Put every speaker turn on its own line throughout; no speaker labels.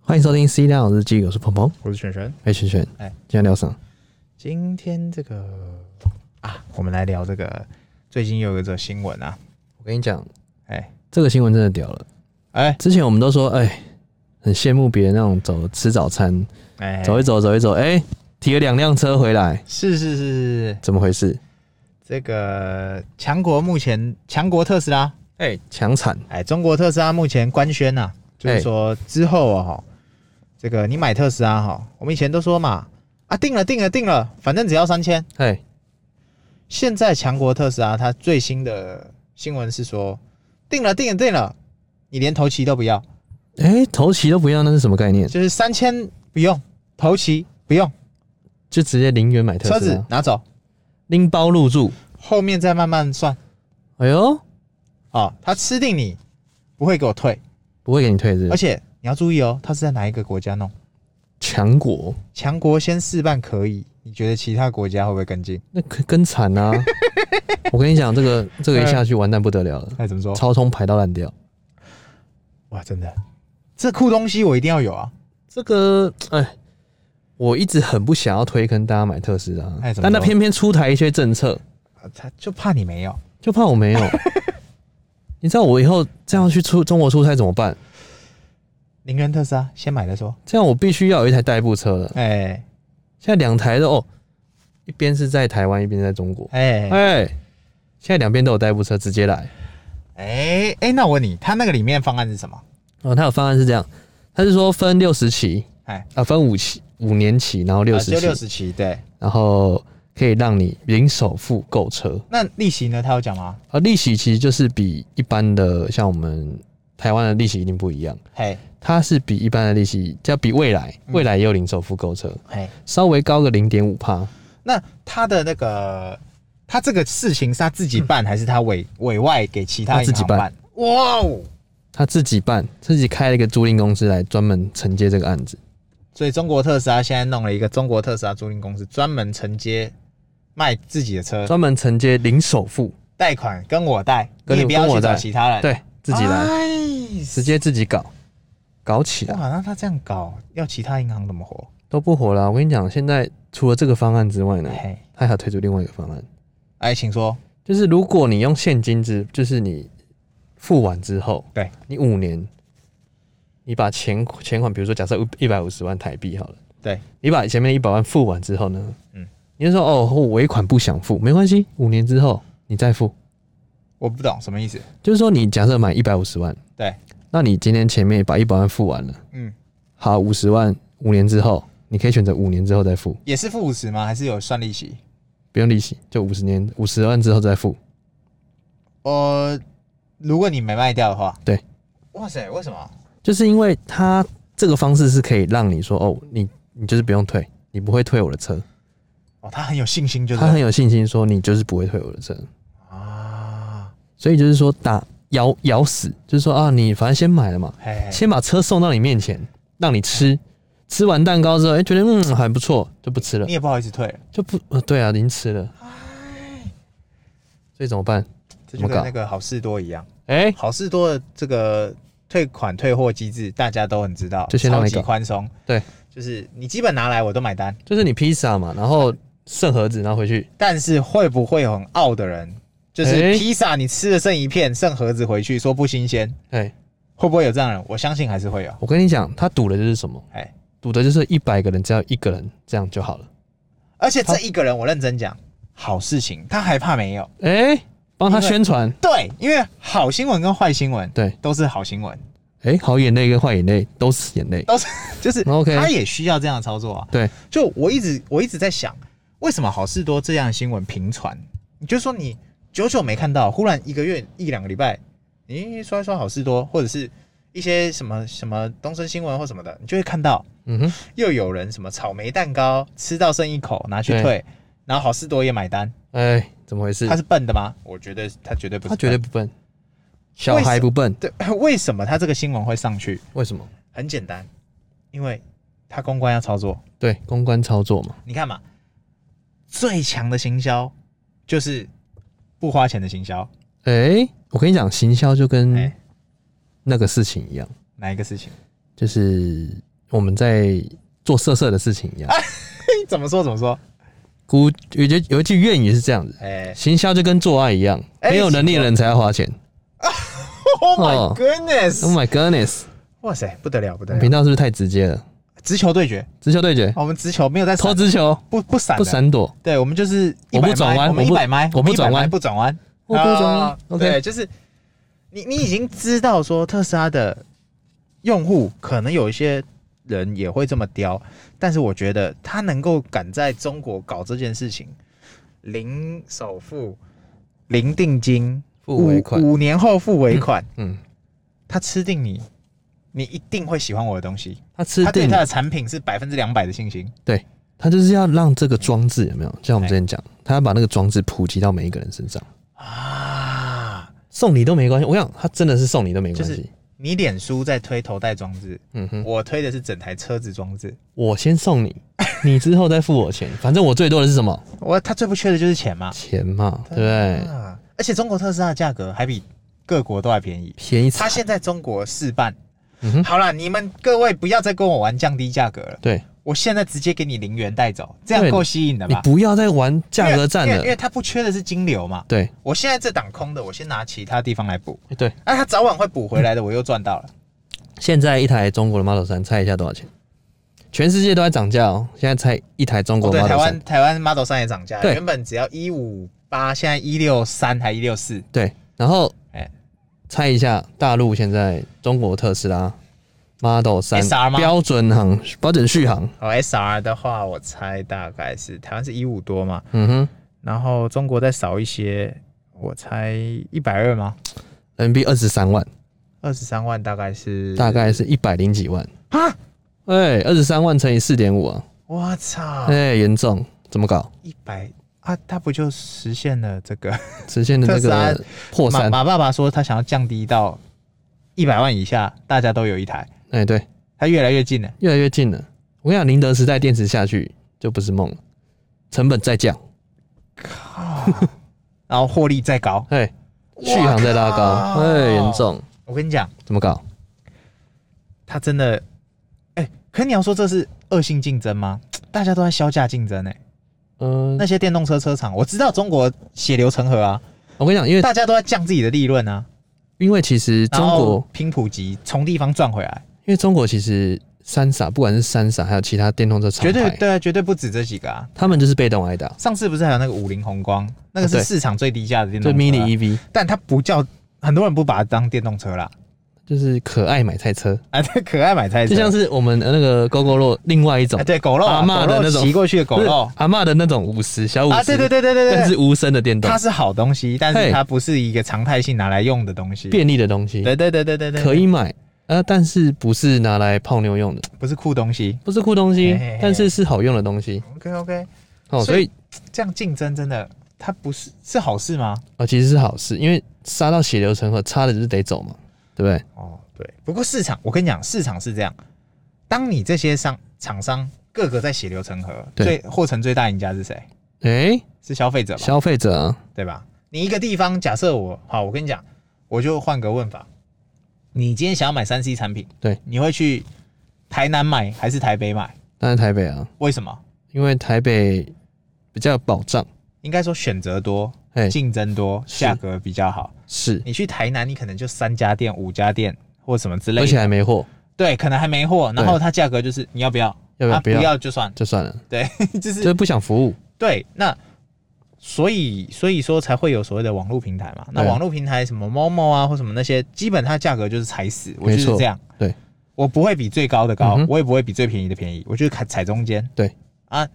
欢迎收听《C 量日记》，我是鹏鹏，
我是璇璇。
哎，璇璇，
哎
今天聊啥？
今天这个啊，我们来聊这个最近又有一则新闻啊，
我跟你讲，
哎
这个新闻真的屌了。
哎
之前我们都说，哎，很羡慕别人那种走吃早餐，
哎，
走一走，走一走，哎，提了两辆车回来，
是是是是是，
怎么回事？
这个强国目前强国特斯拉，
哎，强惨，
哎，中国特斯拉目前官宣呐、啊，就是说之后啊、哈，这个你买特斯拉哈、我们以前都说嘛，啊定了定了定了，反正只要三千。
哎，
现在强国特斯拉它最新的新闻是说，定了定了定了，你连头旗都不要。
哎，头旗都不要，那是什么概念？
就是三千不用，头旗不用，
就直接零元买特
车
斯
子
拉，
拿走，
拎包入住。
后面再慢慢算
哎呦，
哦。他吃定你，不会给我退，
不会给你退是不是
而且你要注意哦，他是在哪一个国家弄？
强国，
强国先试办可以，你觉得其他国家会不会跟进？
那可跟惨 啊！我跟你讲，这个这个一下去完蛋不得了了，
那怎么说？
超充排到烂掉。
哇，真的，这酷东西我一定要有啊！
这个，哎，我一直很不想要推坑大家买特斯拉
哎，怎么说
但他偏偏出台一些政策，
啊他就怕你没有，
就怕我没有。 你知道我以后这样去出中国出差怎么办？
零元特斯拉先买再说。
这样我必须要有一台代步车了。
哎
现在两台都哦，一边是在台湾，一边在中国。
哎
哎，现在两边都有代步车，直接来。
哎哎，那我问你，他那个里面方案是什么？
哦，他有方案是这样，他是说分六十期，
哎，
啊，分五期，五年期，然后六
啊
十
只有六
期，
十期，对。
然后可以让你零首付购车。
那利息呢？他有讲吗？
而利呃息其实就是比一般的像我们台湾的利息一定不一样，
嘿，
它是比一般的利息，要比未来，
嗯
未来也有零首付购车，
嘿，
稍微高个零点五趴。
那他的那个，他这个事情是他自己办，还是他委委外给其他银行
他自己办？
哇哦！
他自己办，自己开了一个租赁公司来专门承接这个案子。
所以中国特斯拉现在弄了一个中国特斯拉租赁公司，专门承接卖自己的车，
专门承接零首付，
贷款跟我贷，
跟你
你也不要
跟
去
我
找
贷
其他人，，
对自己来，
啊来。
直接自己搞，搞起来
哇，那他这样搞，要其他银行怎么活？
都不火了。我跟你讲，现在除了这个方案之外呢，
嘿，
他还有推出另外一个方案，
哎，请说。
就是如果你用现金支，就是你付完之后，
对
你五年，你把钱钱款，比如说假设一百五十万台币好了，
对，
你把前面一百万付完之后呢，
嗯
嗯，你就说哦，我尾款不想付，没关系，五年之后你再付，
我不懂什么意思。
就是说你假设买一百五十万，
对，
那你今天前面把一百万付完了，
嗯，
好，五十万五年之后，你可以选择五年之后再付，
也是付五十吗？还是有算利息？
不用利息，就五十年五十万之后再付，
呃，如果你没卖掉的话，
对。
哇塞，为什么？
就是因为它这个方式是可以让你说哦，你你就是不用退，你不会退我的车，
哦，他很有信心，就是
他很有信心说你就是不会退我的车，
啊，
所以就是说打咬咬死，就是说啊，你反正先买了嘛，
嘿，
先把车送到你面前，让你吃，吃完蛋糕之后，哎、觉得嗯还不错，就不吃了
你，也不好意思退了，
就不呃对啊，已经吃了，所以怎么办？
哎这就
怎么
跟
搞
那个好事多一样，
哎、
好事多的这个退款退货机制大家都很知道，
就先让
超
你
级
搞
宽松，
对，
就是你基本拿来我都买单，
就是你披萨嘛，然后剩盒子，然后回去，
但是会不会有很傲的人，就是
哎
披萨你吃了剩一片，剩盒子回去说不新鲜，
哎、
会不会有这样的人？我相信还是会有，
我跟你讲，他赌的就是什么？
哎，
赌的就是一百个人只要一个人这样就好了。
而且这一个人我认真讲，好事情他还怕没有，
哎、帮他宣传，
对，因为好新闻跟坏新闻
对，
都是好新闻，
哎、好眼泪跟坏眼泪都是眼泪，
都是就是
OK
他也需要这样的操作啊。
对，
就我一直我一直在想，为什么好事多这样的新闻频传？你就说你久久没看到，忽然一个月一两个礼拜，你刷一刷好事多，或者是一些什么什么东森新闻或什么的，你就会看到
嗯哼，
又有人什么草莓蛋糕吃到剩一口拿去
对
退，然后好事多也买单，
哎、怎么回事？
他是笨的吗？我觉得他绝对不是
他
笨，
绝对不笨，小孩不笨，
对。为什么他这个新闻会上去？
为什么？
很简单，因为他公关要操作。
对，公关操作嘛，
你看嘛，最强的行销就是不花钱的行销。
哎、我跟你讲，行销就
哎、
跟那个事情一样，
哪一个事情？
就是我们在做色色的事情一样。
哎怎么说怎么说？
估有句有一句谚语是这样子：
哎、
行销就跟做爱一样，
哎
没有能力的人才要花钱。
o
哦
h Oh
嗯
my goodness！、
Oh my goodness！
哇塞，不得了不得
我频
了！
道是不是太直接了？
直球对决，
直球对决，
我们直球没有在闪
投直球
不不闪
不
的，
闪躲，
对我们就是
我不
100
转弯
我们
我
一
不
百麦，
我不转弯
100不转弯，
我不中
啊
啊。
对，
OK，
就是你你已经知道说特斯拉的用户可能有一些人也会这么刁，但是我觉得他能够敢在中国搞这件事情，零首付、零定金、
付尾款
五五年后付尾款，
嗯，
他吃定你，你一定会喜欢我的东西。
他吃
他对
定
他
了
的产品是百分之两百的信心。
他就是要让这个装置有没有？像我们之前讲，他要把那个装置普及到每一个人身上，
啊！
送你都没关系。我想他真的是送你都没关
就
系
是。你脸书在推头戴装置，
嗯哼，
我推的是整台车子装置。
我先送你，你之后再付我钱。反正我最多的是什么？
我他最不缺的就是钱嘛，
钱嘛，对不对？
啊而且中国特斯拉的价格还比各国都还便宜。
便宜
他
惨。
现在中国试办，
嗯哼，
好了，你们各位不要再跟我玩降低价格了，
对
我现在直接给你零元带走，这样
对
够吸引的
你
吧？
不要再玩价格战
因为因为因
了。
为他不缺的是金流嘛。
对哎
我现在这档空的，我先拿其他地方来补，
对，
那他早晚会补回来的，我又赚到了。
现在一台中国的 Model 三，猜一下多少钱？全世界都在涨价哦。现在猜一台中
哦，
国
对，
的
台
Model
湾
三，
台湾 Model 三也涨价，
对
原本只要一五八，现在一六三还一六四，
对，然后
哎
猜一下大陆现在中国特斯拉 Model 三
SR 吗
标准航标准续航，
哦，SR 的话，我猜大概是台湾是一五多嘛，
嗯哼，
然后中国再少一些，我猜一百二吗？
人民币二十三万，
二十三万大概是
大概是一百零几万。
啊！
哎，二十三万乘以四点五啊，
我操，
哎，严重，怎么搞？
一百啊，他不就实现了这个？
实现的这
特斯拉
个破
马
三，
马爸爸说他想要降低到一百万以下，大家都有一台，
哎，对，
他越来越近了。
越来越近了。我跟你讲，宁德时代电池下去就不是梦了，成本再降，
然后获利再高，
哎，续航再拉
哇
高，
靠
哎，严重，
我跟你讲，
怎么搞？
他真的，哎、可你要说这是恶性竞争吗？大家都在销价竞争哎、
嗯
那，些电动车车厂，我知道中国血流成河啊，
我跟你讲，因为
大家都在降自己的利润啊，
因为其实中
然后
国，
拼普及，从地方赚回来，
因为中国其实三傻，不管是三傻，还有其他电动车厂
绝对
牌，
对啊，绝对不止这几个啊。
他们就是被动挨打，
上次不是还有那个五菱宏光，那个
啊
是
对
市场最低价的电
就 E
动车啊、
mini EV，
但它不叫，很多人不把它当电动车啦，
就是可爱买菜车，
啊，对，可爱买菜车，
就像是我们呃那个 GoGo 肉另外一种
哎，对狗肉、
阿
啊，
嬷
狗
的
肉
那种
骑过去的狗
不是
肉
阿嬷的那种五十小五十
啊，对对对对对
但
对，
是无声的电动
它，是好东西，但
嘿
是它不是一个常态性拿来用的东西。
便利的东西，
对对对对对对，
可以买，呃，但是不是拿来泡妞用的，
不是酷东西。
不是酷东西
嘿嘿嘿，
但是是好用的东西
OK OK，
哦，
所
所
以
以
这样竞争真的，它不是是好事吗？
呃其实是好事，因为杀到血流成河，差的就是得走嘛，对不对？
哦，对。不过市场，我跟你讲，市场是这样，当你这些商厂商个个在血流成河，
对
最获成最大赢家是谁？
诶，
是消费者吧？
消费者啊，
对吧？你一个地方，假设我好，我跟你讲，我就换个问法，你今天想要买三 C 产品，
对，
你会去台南买还是台北买？
当然台北啊，
为什么？
因为台北比较有保障，
应该说选择多，
哎，
竞争多，
是
价格比较好。
是，
你去台南，你可能就三家店、五家店或什么之类
而且
的，
还没货，
对，可能还没货，然后它价格就是你要不要？
要不要
啊
不
不
要
就算，
就算了，
对， 就
就是是不想服务，
对。那所以所以说才会有所谓的网络平台嘛。那
对啊
网络平台什么 Momo 啊或什么那些，基本它价格就是踩死，我就
没
是
错
这样。
对，
我不会比最高的
嗯
高
哼，
我也不会比最便宜的便宜，我就踩踩中间。
对
啊，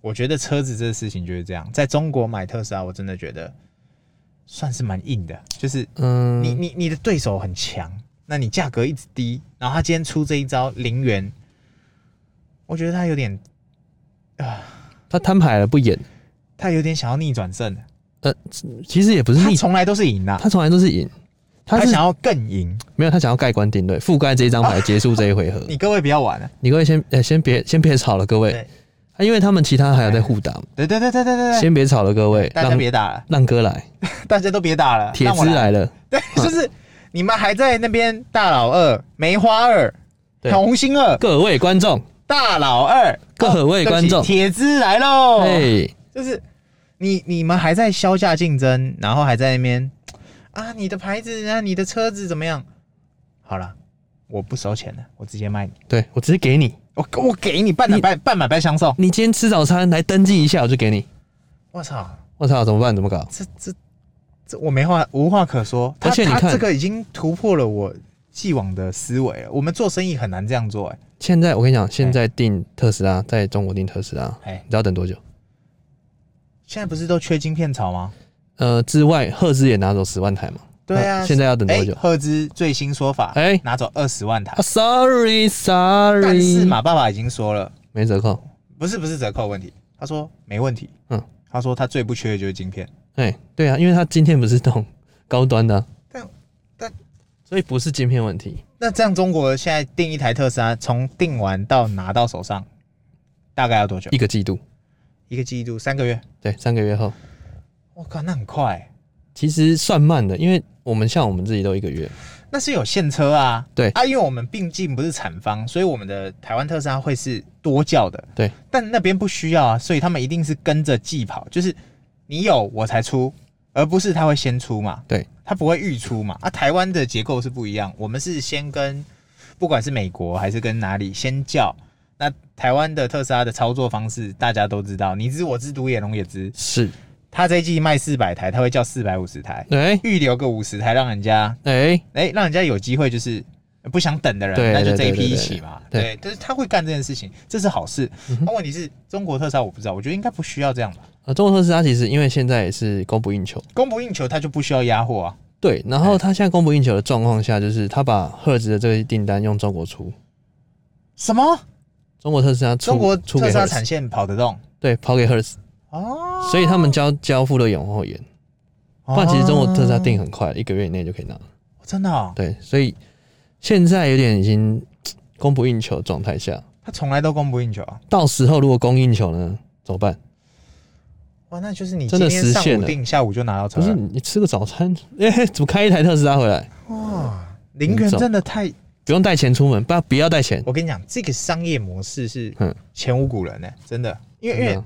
我觉得车子这个事情就是这样，在中国买特斯拉，我真的觉得算是蛮硬的，就是
嗯，
你你你的对手很强，那你价格一直低，然后他今天出这一招零元，我觉得他有点
他摊牌了不演，
他有点想要逆转胜，
呃，其实也不是
他
逆，
从来都是赢的、
他从来都是赢，
他
他是
想啊要更赢。
没有他想要盖棺定论，覆盖这一张牌，结束这一回 合。
你各位不要玩了，
你各位先呃先别先别吵了，各位
对，
啊因为他们其他还有在互打，
对对对对对对对，
先别吵了，各位，
大家
让
别打了，
让哥来，
大家都别打了，
铁啊
让我
子来
来，
了，
对，就是你们还在那边大老二、梅花二，
对
小红星二
各位观众，
大佬二，
各位
哦对不起
观众
铁资来喽！
哎，
就是你你们还在削价竞争，然后还在那边啊，你的牌子啊，你的车子怎么样？好了，我不收钱了，我直接卖你，
对我直接给你，
我我给你半买半半买半相送。
你今天吃早餐来登记一下，我就给你。
我操，
我操，怎么办？怎么搞？
这这这我没话无话可说。他
而且你
他
看
这个已经突破了我既往的思维了。我们做生意很难这样做、哎
现在我跟你讲，现在订特斯拉，在中国订特斯拉，
哎
你知道等多久？
现在不是都缺晶片潮吗？
呃，之外，赫兹也拿走十万台嘛。
对啊，
那现在要等多久
哎赫兹最新说法，
哎
拿走二十万台
啊，，sorry，sorry，
但是马爸爸已经说了，
没折扣。
不是不是折扣问题，他说没问题。
嗯，
他说他最不缺的就是晶片，
哎、对啊，因为他今天不是动高端的啊、
但但
所以不是晶片问题，
那这样中国现在订一台特斯拉，从订完到拿到手上，大概要多久？
一个季度，
一个季度，三个月。
对，三个月后，
我靠，那很快、欸
其实算慢的，因为我们像我们自己都一个月，
那是有现车啊，
对
啊，因为我们毕竟不是产方，所以我们的台湾特斯拉会是多叫的，
对，
但那边不需要啊，所以他们一定是跟着季跑，就是你有我才出，而不是他会先出嘛，
对，
他不会预出嘛，啊，台湾的结构是不一样，我们是先跟不管是美国还是跟哪里先叫，那台湾的特斯拉的操作方式大家都知道，你知我知，独眼龙也知，
是，
他这一季卖四百台，他会叫四百五十台，
哎、
预留个五十台让人家
哎、
哎、让人家有机会就是呃不想等的人，
对
那就这
对对
一批一
对
起嘛。
对嗯
对，就是他会干这件事情，这是好事。那、问题是中国特斯拉我不知道，我觉得应该不需要这样吧，
呃，中国特斯拉其实因为现在也是供不应求，
供不应求，他就不需要压货啊。
对，然后他现在供不应求的状况下，就是他把赫兹的这个订单用中国出，
什么？
中国特斯拉出
中国
出
特
给
斯拉
赫兹，
产线跑得动？
对，抛给赫兹，
哦，
所以他们交交付了永后延，不然其实中国特斯拉订很快，一个月以内就可以拿。
哦真的、哦，
对，所以现在有点已经嘖供不应求的状态下，
他从来都供不应求啊。
到时候如果供应求呢，怎么办？
哇，那就是你
真的
今天
实
上
现
午
了
订，下午就拿到车
不是
了。
你吃个早餐，哎、怎么开一台特斯拉回来？
哇，零元真的太……
不用带钱出门，不不要带钱。
我跟你讲，这个商业模式是
嗯
前无古人呢、真的。因为因
真
为
的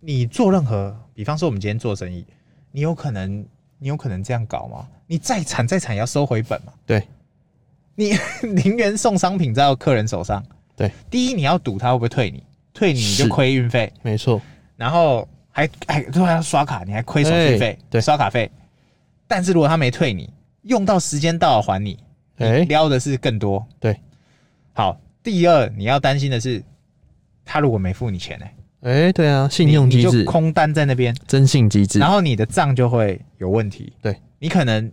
你做任何，比方说我们今天做生意，你有可能，你有可能这样搞吗？你再惨再惨也要收回本嘛。
对，
你 零元送商品在客人手上，
对，
第一你要赌他会不会退你，退你你就是亏运费，
没错，
然后还还都还要刷卡，你还亏手续
哎
费，
对
刷卡费。但是如果他没退你，用到时间到了还你，你
哎
撩的是更多。
对，
好，第二你要担心的是，他如果没付你钱呢、
哎、对啊，信
你
用
你
机
就
制，
空单在那边，
征信机制
然，后你的账就会有问题。
对，
你可能，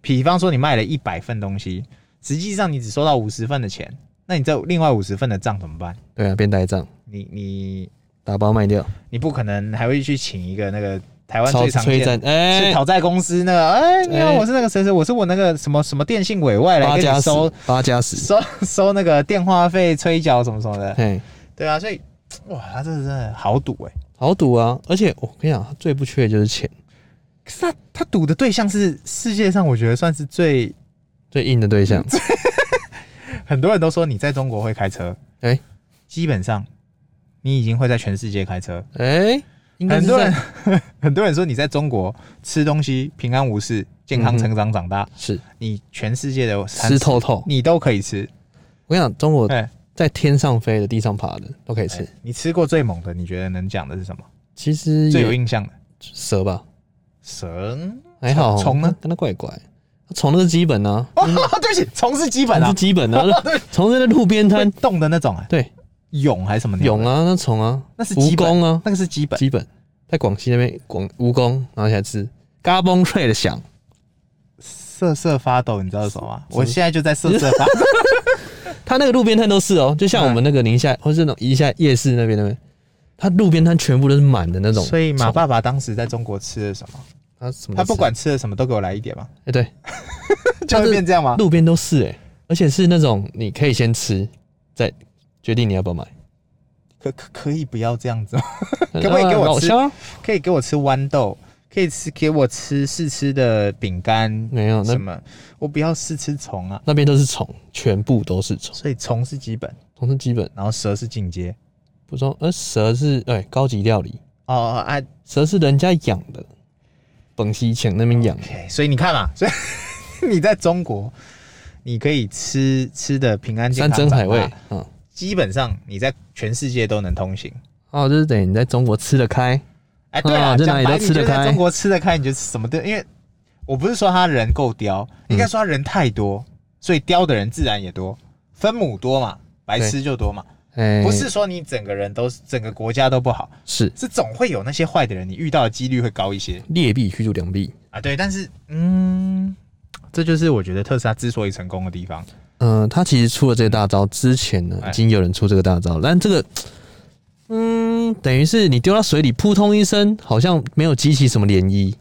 比方说你卖了一百份东西，实际上你只收到五十份的钱，那你这另外五十份的账怎么办？
对啊，变呆账，
你你
打包卖掉，
你不可能还会去请一个那个台湾
超
最常
催
见
战，哎、
是讨债公司那个，哎、你好，
哎
我是那个谁谁，我是我那个什么什么电信委外来
八
给
加
你
十
收，
八加十，
收收那个电话费、催缴什么什么的，
嘿，
对啊，所以哇，他这个真的好赌哎、
好赌啊！而且我跟你讲，他最不缺的就是钱，
可是他他赌的对象是世界上我觉得算是最
最硬的对象，
很多人都说你在中国会开车，
哎
基本上你已经会在全世界开车。
哎、应该
嗯很
是
多
在
人 很多人说你在中国吃东西平安无事、健康
嗯哼
成长长大，
是
你全世界的餐
吃透透。
你都可以吃。
我跟你讲，中国
哎
在天上飞的、地上爬的都可以吃。
哎你吃过最猛的，你觉得能讲的是什么？
其实
最有
也
印象的
蛇吧，
蛇。
还好哦
虫呢
跟它怪怪，虫那是基本啊，
哦， 对不起，虫是基本
那
啊
是，基本啊， 虫在那路边
会
摊，
动的那种啊，
对，
蛹还是什么鸟
蛹？啊，那虫啊，
那是
蜈
基本
蚣啊，
那个是基本。
基本在广西那边广蜈蚣拿起来吃，嘎嘣脆的响，
瑟瑟发抖，你知道是什么吗？我现在就在瑟瑟发 抖。
它那个路边摊都是哦，就像我们那个宁夏或是那种宁夏夜市那边那边，它路边摊全部都是满的那种虫，
所以马爸爸当时在中国吃了什么？
它什么
他
都吃
不管吃了什么都给我来一点嘛，
哎对，
就会变这样吗？
路边都是哎，而且是那种你可以先吃，再决定你要不要买，
可可可以不要这样子吗？可不可以给我吃
啊老乡
可以给我吃豌豆，可以吃给我吃试吃的饼干，
没有哦那
什么，我不要试吃虫啊。
那边都是虫，全部都是虫，
所以虫是基本，
虫是基本。
然后蛇是进阶。
不说，呃，蛇是哎高级料理，
哦啊
蛇是人家养的，本溪前那边养的，
，OK，所以你看嘛， 所以你在中国，你可以吃吃的平安健
山
康
珍海味
长大，
嗯，
基本上你在全世界都能通行。
哦，就是等于你在中国吃得开，
哎，对
啊
啊，
在
讲
哪里
白
都
你
吃得
就是在
开
中国吃得开，你就什么都，因为我不是说他人够刁，应该说他人太多，所以刁的人自然也多，分母多嘛，白痴就多嘛。
哎、
不是说你整个人都是整个国家都不好，
是
是总会有那些坏的人，你遇到的几率会高一些
劣币驱逐良币，
啊。对，但是嗯，这就是我觉得特斯拉之所以成功的地方。
嗯、他其实出了这个大招之前呢，
哎
已经有人出这个大招，但这个，嗯，等于是你丢到水里，扑通一声，好像没有激起什么涟 漪。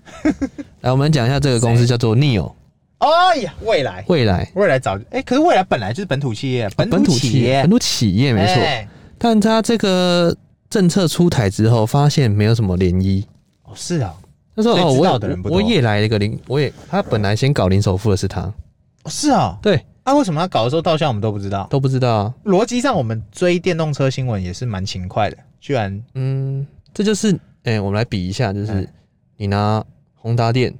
来，我们讲一下这个公司叫做 Neo
哎呀，未来
未来
未来早哎，可是未来本来就是本土企业，哦本
本土
企
企业，本土企业没错，
哎
但它这个政策出台之后，发现没有什么涟漪。
哦是啊，
他说：“
所以
哦，
知
我
道
有
的人不
我
多
也来一个零，我也他本来先搞零首付的是他，
哦是啊，
对，
啊，为什么他搞的时候到现在我们都不知道？
都不知道啊。
逻辑上，我们追电动车新闻也是蛮勤快的，居然
嗯，这就是，哎、我们来比一下，就是、
嗯
你拿宏达电，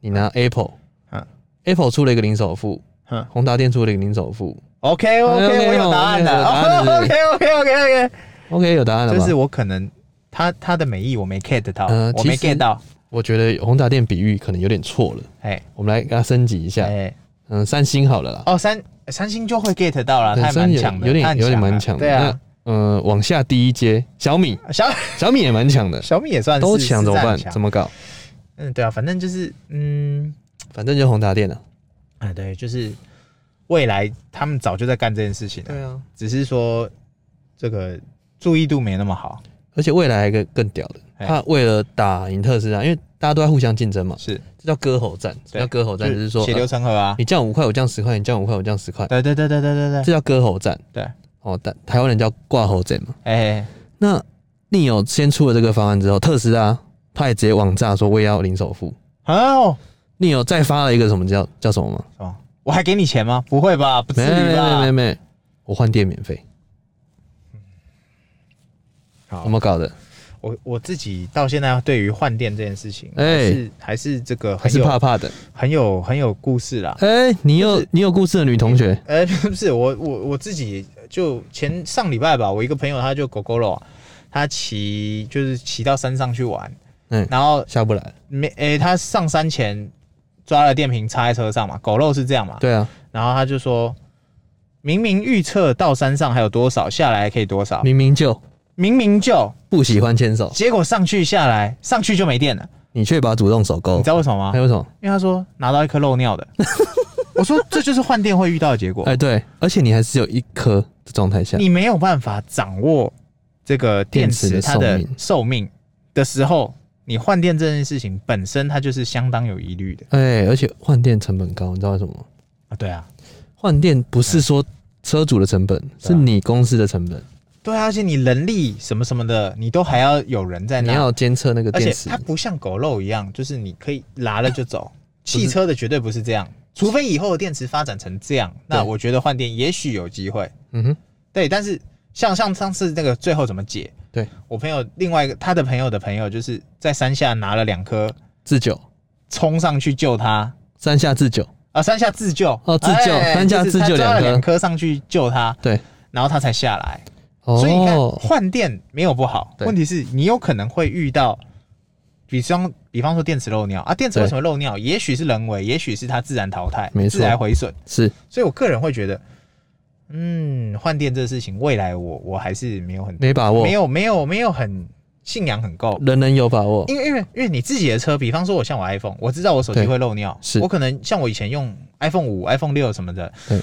你拿 Apple，
嗯
a p p l e 出了一个零首付，
嗯
宏达电出了一个零首付
OK OK，
哎
我有答案了
我有答案了
OK OK OK OK，
，OK，有答案了吧？
就是我可能他他的美意我没 get 到，
呃
我没
其实
get 到，
我觉得宏达电比喻可能有点错了，
哎
我们来给它升级一下，
哎
嗯，三星好了啦，
哦三三星就会 get 到了，
对
他还啊蛮
三星
强的，
有
他
点
很
有点
啊
蛮强的，
对啊，
那，呃，往下第一阶，小米，
小，
小米也蛮强的
小米也算是
都强怎么办？怎
么
么搞？
嗯对啊，反正就是嗯
反正就宏达电啊了。
哎对，就是未来他们早就在干这件事情了，
啊，
只是说这个注意度没那么好，
而且未来还有一个更屌的，
哎
他为了打赢特斯拉，因为大家都在互相竞争嘛，
是
这叫割喉战。什么叫割喉战？就是说，
血流
呃
成河啊。
你降五块，我降十块；你降五块，我降十块，
对对对对对对对
这叫割喉战。
对，
哦，但台湾人叫挂喉战嘛。
哎，
那你有先出了这个方案之后，特斯拉他也直接网炸说我也要零首付。
哦，
你有再发了一个什么叫叫什么吗？
哦，我还给你钱吗？不会吧，不至
没
于
没没没
吧？
没，我换电免费。
好
怎么搞的？
我我自己到现在对于换电这件事情，还
哎
是还是这个
还
很
是怕
有
怕的？
很有很有故事啦。
哎、你有你有故事的女同学，
呃， 不是我我我自己就前上礼拜吧，我一个朋友他就狗狗了，他骑就是骑到山上去玩，
嗯
然后
下不来。
没诶、他上山前抓了电瓶插在车上嘛，狗肉是这样嘛，
对啊，
然后他就说，明明预测到山上还有多少，下来还可以多少，
明明就
明明就，
不喜欢牵手，
结果上去下来，上去就没电了，
你却把主动手
你
勾
知，道为什么 吗
还？有什么？
因为他说拿到一颗 漏尿的，我说这就是换电会遇到的结果，
哎、对，而且你还是有一颗的状态下，
你没有办法掌握这个电池
电池
它
的寿
的
命
寿命的时候，你换电这件事情本身它就是相当有疑虑的
哎、而且换电成本高，你知道为什么吗？
啊，对啊，
换电不是说车主的成本，是你公司的成本，
对啊，而且你人力什么什么的，你都还要有人在
你
那，
要监测那个
哎而
电
且
池
它。不像狗肉一样，就是你可以拿了就 走。汽车的绝对不是这样，除非以后的电池发展成这样，那
对
我觉得换电也许有机会。
嗯哼，
对，但是像像上次那个最后怎么解？
对
我朋友另外一个他的朋友的朋友，就是在山下拿了两颗
自救，
冲上去救他，
山下自救，
啊，山下自救
哦自救
哎
山下自救
就是他抓了
两颗
两颗上去救他，
对，
然后他才下来。
哦，
所以你看换电没有不好，
对
问题是你有可能会遇到，比方比方说电池漏尿啊，电池
对
为什么漏尿？也许是人为，也许是它自然淘汰，
没错
自然毁损。
是
所以我个人会觉得，嗯，换电这事情未来我我还是没有很
没把握
没，有没有没有很信仰很够，
人人有把握，
因为因为因为你自己的车，比方说我像我 iPhone，我知道我手机
对
会漏尿，
是
我可能像我以前用 iPhone 五、iPhone 六什么的
对，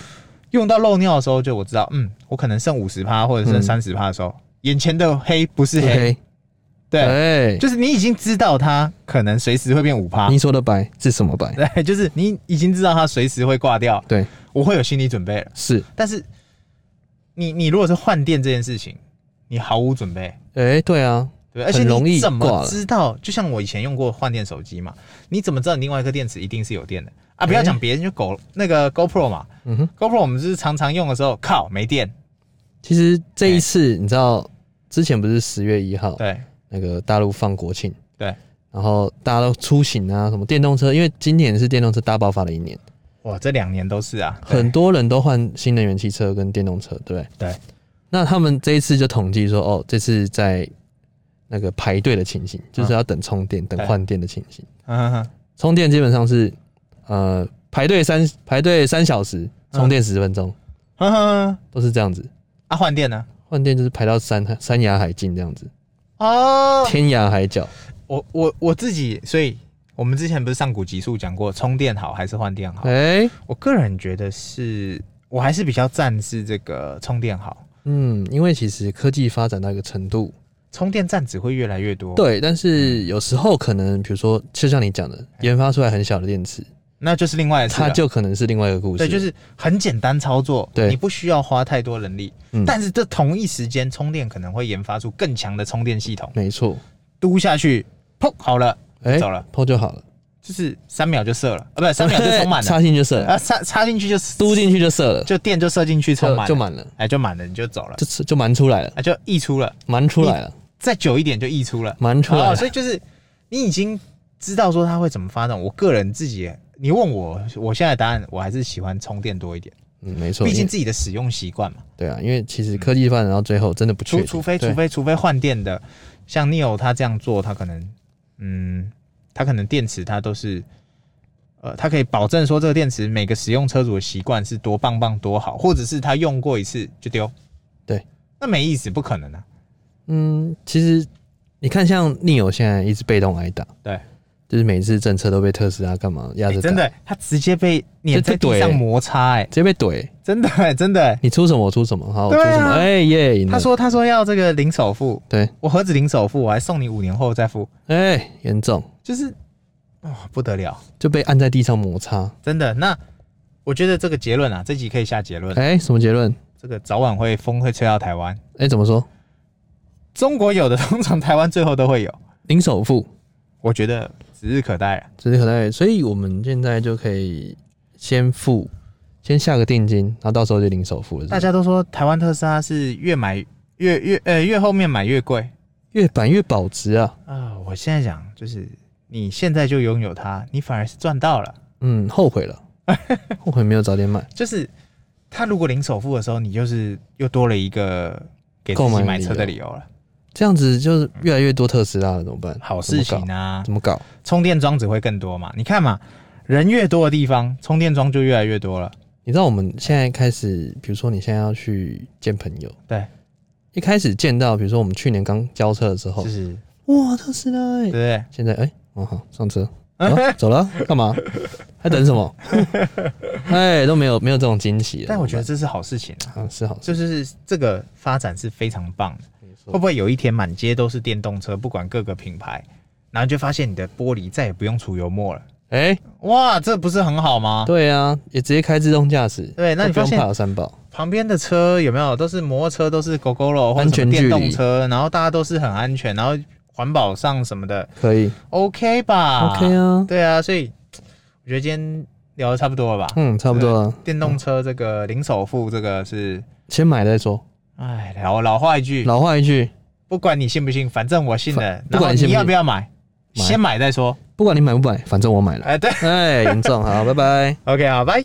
用到漏尿的时候，就我知道，嗯，我可能剩五十趴或者剩
嗯
三十趴的时候，眼前的黑不是黑，
OK，
对，
哎
就是你已经知道它可能随时会变五趴
你，说的白是什么白？
对，就是你已经知道它随时会挂掉，
对，
我会有心理准备了。
是，
但是你你如果是换电这件事情，你毫无准备，
哎、对啊，
对，而且
很容易
你怎
挂
么
了
知道？就像我以前用过换电手机嘛，你怎么知道你另外一颗电池一定是有电的啊？不要
哎
讲别人，就狗那个 GoPro 嘛
嗯哼，
，GoPro 我们就是常常用的时候，靠没电，
其实这一次你知道，之前不是十月一号
对
那个大陆放国庆，
对，
然后大家都出行啊，什么电动车，因为今年是电动车大爆发的一年，
哇，这两年都是啊，对
很多人都换新能源汽车跟电动车，对不对？
对，
那他们这一次就统计说，哦，这次在那个排队的情形，就是要等充电、等换电的情形。
嗯哼哼
充电基本上是，呃，排队三排队三小时，
嗯
充电十分钟，
哼哼哼，
都是这样子。
啊，换电呢？
换电就是排到山山崖海尽这样子，
哦，
天涯海角。
我我我自己，所以我们之前不是上古极速讲过，充电好还是换电好？
哎、
我个人觉得是，我还是比较赞是这个充电好，
嗯，因为其实科技发展到一个程度，
充电站只会越来越多。，
对，但
嗯
是有时候可能，比如说，就像你讲的，研发出来很小的电池，
那哎就是另外的事了
它就可能是另外一个故事。
对，就是很简单操作，
对
你不需要花太多人力。
嗯
但是这同一时间，充电可能会研发出更强的充电系统，
没错，
嘟下去，砰，好了，
哎、
走了，
抛就好了，
就是三秒就射了，啊，不是三秒就充满了，
插进去就射了，
啊，插插进去就
嘟进去就射了，
就电就射进去充
就
满，
就，满了，
哎，就满了，你就走了，
就吃就满出来了，
啊，就溢出了，
满出来了，
再久一点就溢出了。
满出来
哦，
了。
所以就是你已经知道说它会怎么发展。我个人自己，你问我，我现在的答案，我还是喜欢充电多一点，
嗯，没错，
毕
因
竟
为
自己的使用习惯嘛。
对啊，因为其实科技发展到最后真的不确
除
定，
除非
对
除非除非换电的，像 Neo 他这样做，他可能嗯，他可能电池它都是。呃，它可以保证说这个电池每个使用车主的习惯是多棒棒多好，或者是他用过一次就丢，
对，
那没意思，不可能啊。
嗯，其实你看，像 Neo 现在一直被动挨打，
对，
就是每次政策都被特斯拉干嘛压
欸
着打，
真的、他直接被
就
碾在
就怼
地上摩擦、欸，哎，
直接被怼，
真的、欸，真的、欸，
你出什么我出什么，好我出
对啊
什么，哎耶，赢了
他说他说要这个零首付，
对，
我何止零首付，我还送你五年后再付，
哎严重
就是哇、不得了，
就被按在地上摩擦，
真的。那我觉得这个结论啊，这集可以下结论，
哎什么结论？
这个早晚会风会吹到台湾，
哎怎么说？
中国有的通常台湾最后都会有，
零首付，
我觉得指日可待啊。
指日可待，所以我们现在就可以先付，先下个定金，然后到时候就零首付了是不
大
是，
家都说台湾特斯拉是越买越越呃越后面买越贵
越版越保值啊，
啊、我现在讲就是你现在就拥有它，你反而是赚到了。
嗯，后悔 了，后悔没有早点买，
就是他如果零首付的时候，你就是又多了一个给自己买车的理由了。
这样子就是越来越多特斯拉了，怎么办？
好事情啊，
嗯怎么搞？
充电桩只会更多嘛。你看嘛，人越多的地方，充电桩就越来越多了。
你知道我们现在开始，比如说你现在要去见朋友，
对，
一开始见到，比如说我们去年刚交车的时候
就，是
哇，特斯拉、
对不
欸！
对？
现在哎、哦好，上车，
哎
啊、走了，干 嘛？还等什么？哎，都没有没有这种惊喜了。
但我觉得
怎
这是好事情啊，
么办啊是好事，
就是这个发展是非常棒的。会不会有一天满街都是电动车，不管各个品牌，然后就发现你的玻璃再也不用除油墨了？
哎、
哇，这不是很好吗？
对啊，也直接开自动驾驶，
对哎那
都
你
不用
发现
怕有三宝，
旁边的车有没有都是摩托车，都是 GoGo 了或
安
者什
全
么
距离
电动车，然后大家都是很安全，然后环保上什么的
可以、
，OK 吧
o k 啊，
对啊，所以我觉得今天聊的差不多了吧？
嗯，差不多了，
电动车这个零首付这个是，
先买再说。
哎，老老话一句，
老话一句，
不管你信不信，反正我信了
反。不
然后
管你信不信
要不要买，
买
先买再说。
不管你买不买，反正我买了。
哎，对
哎，严重，好，拜拜。
，OK 啊好，拜。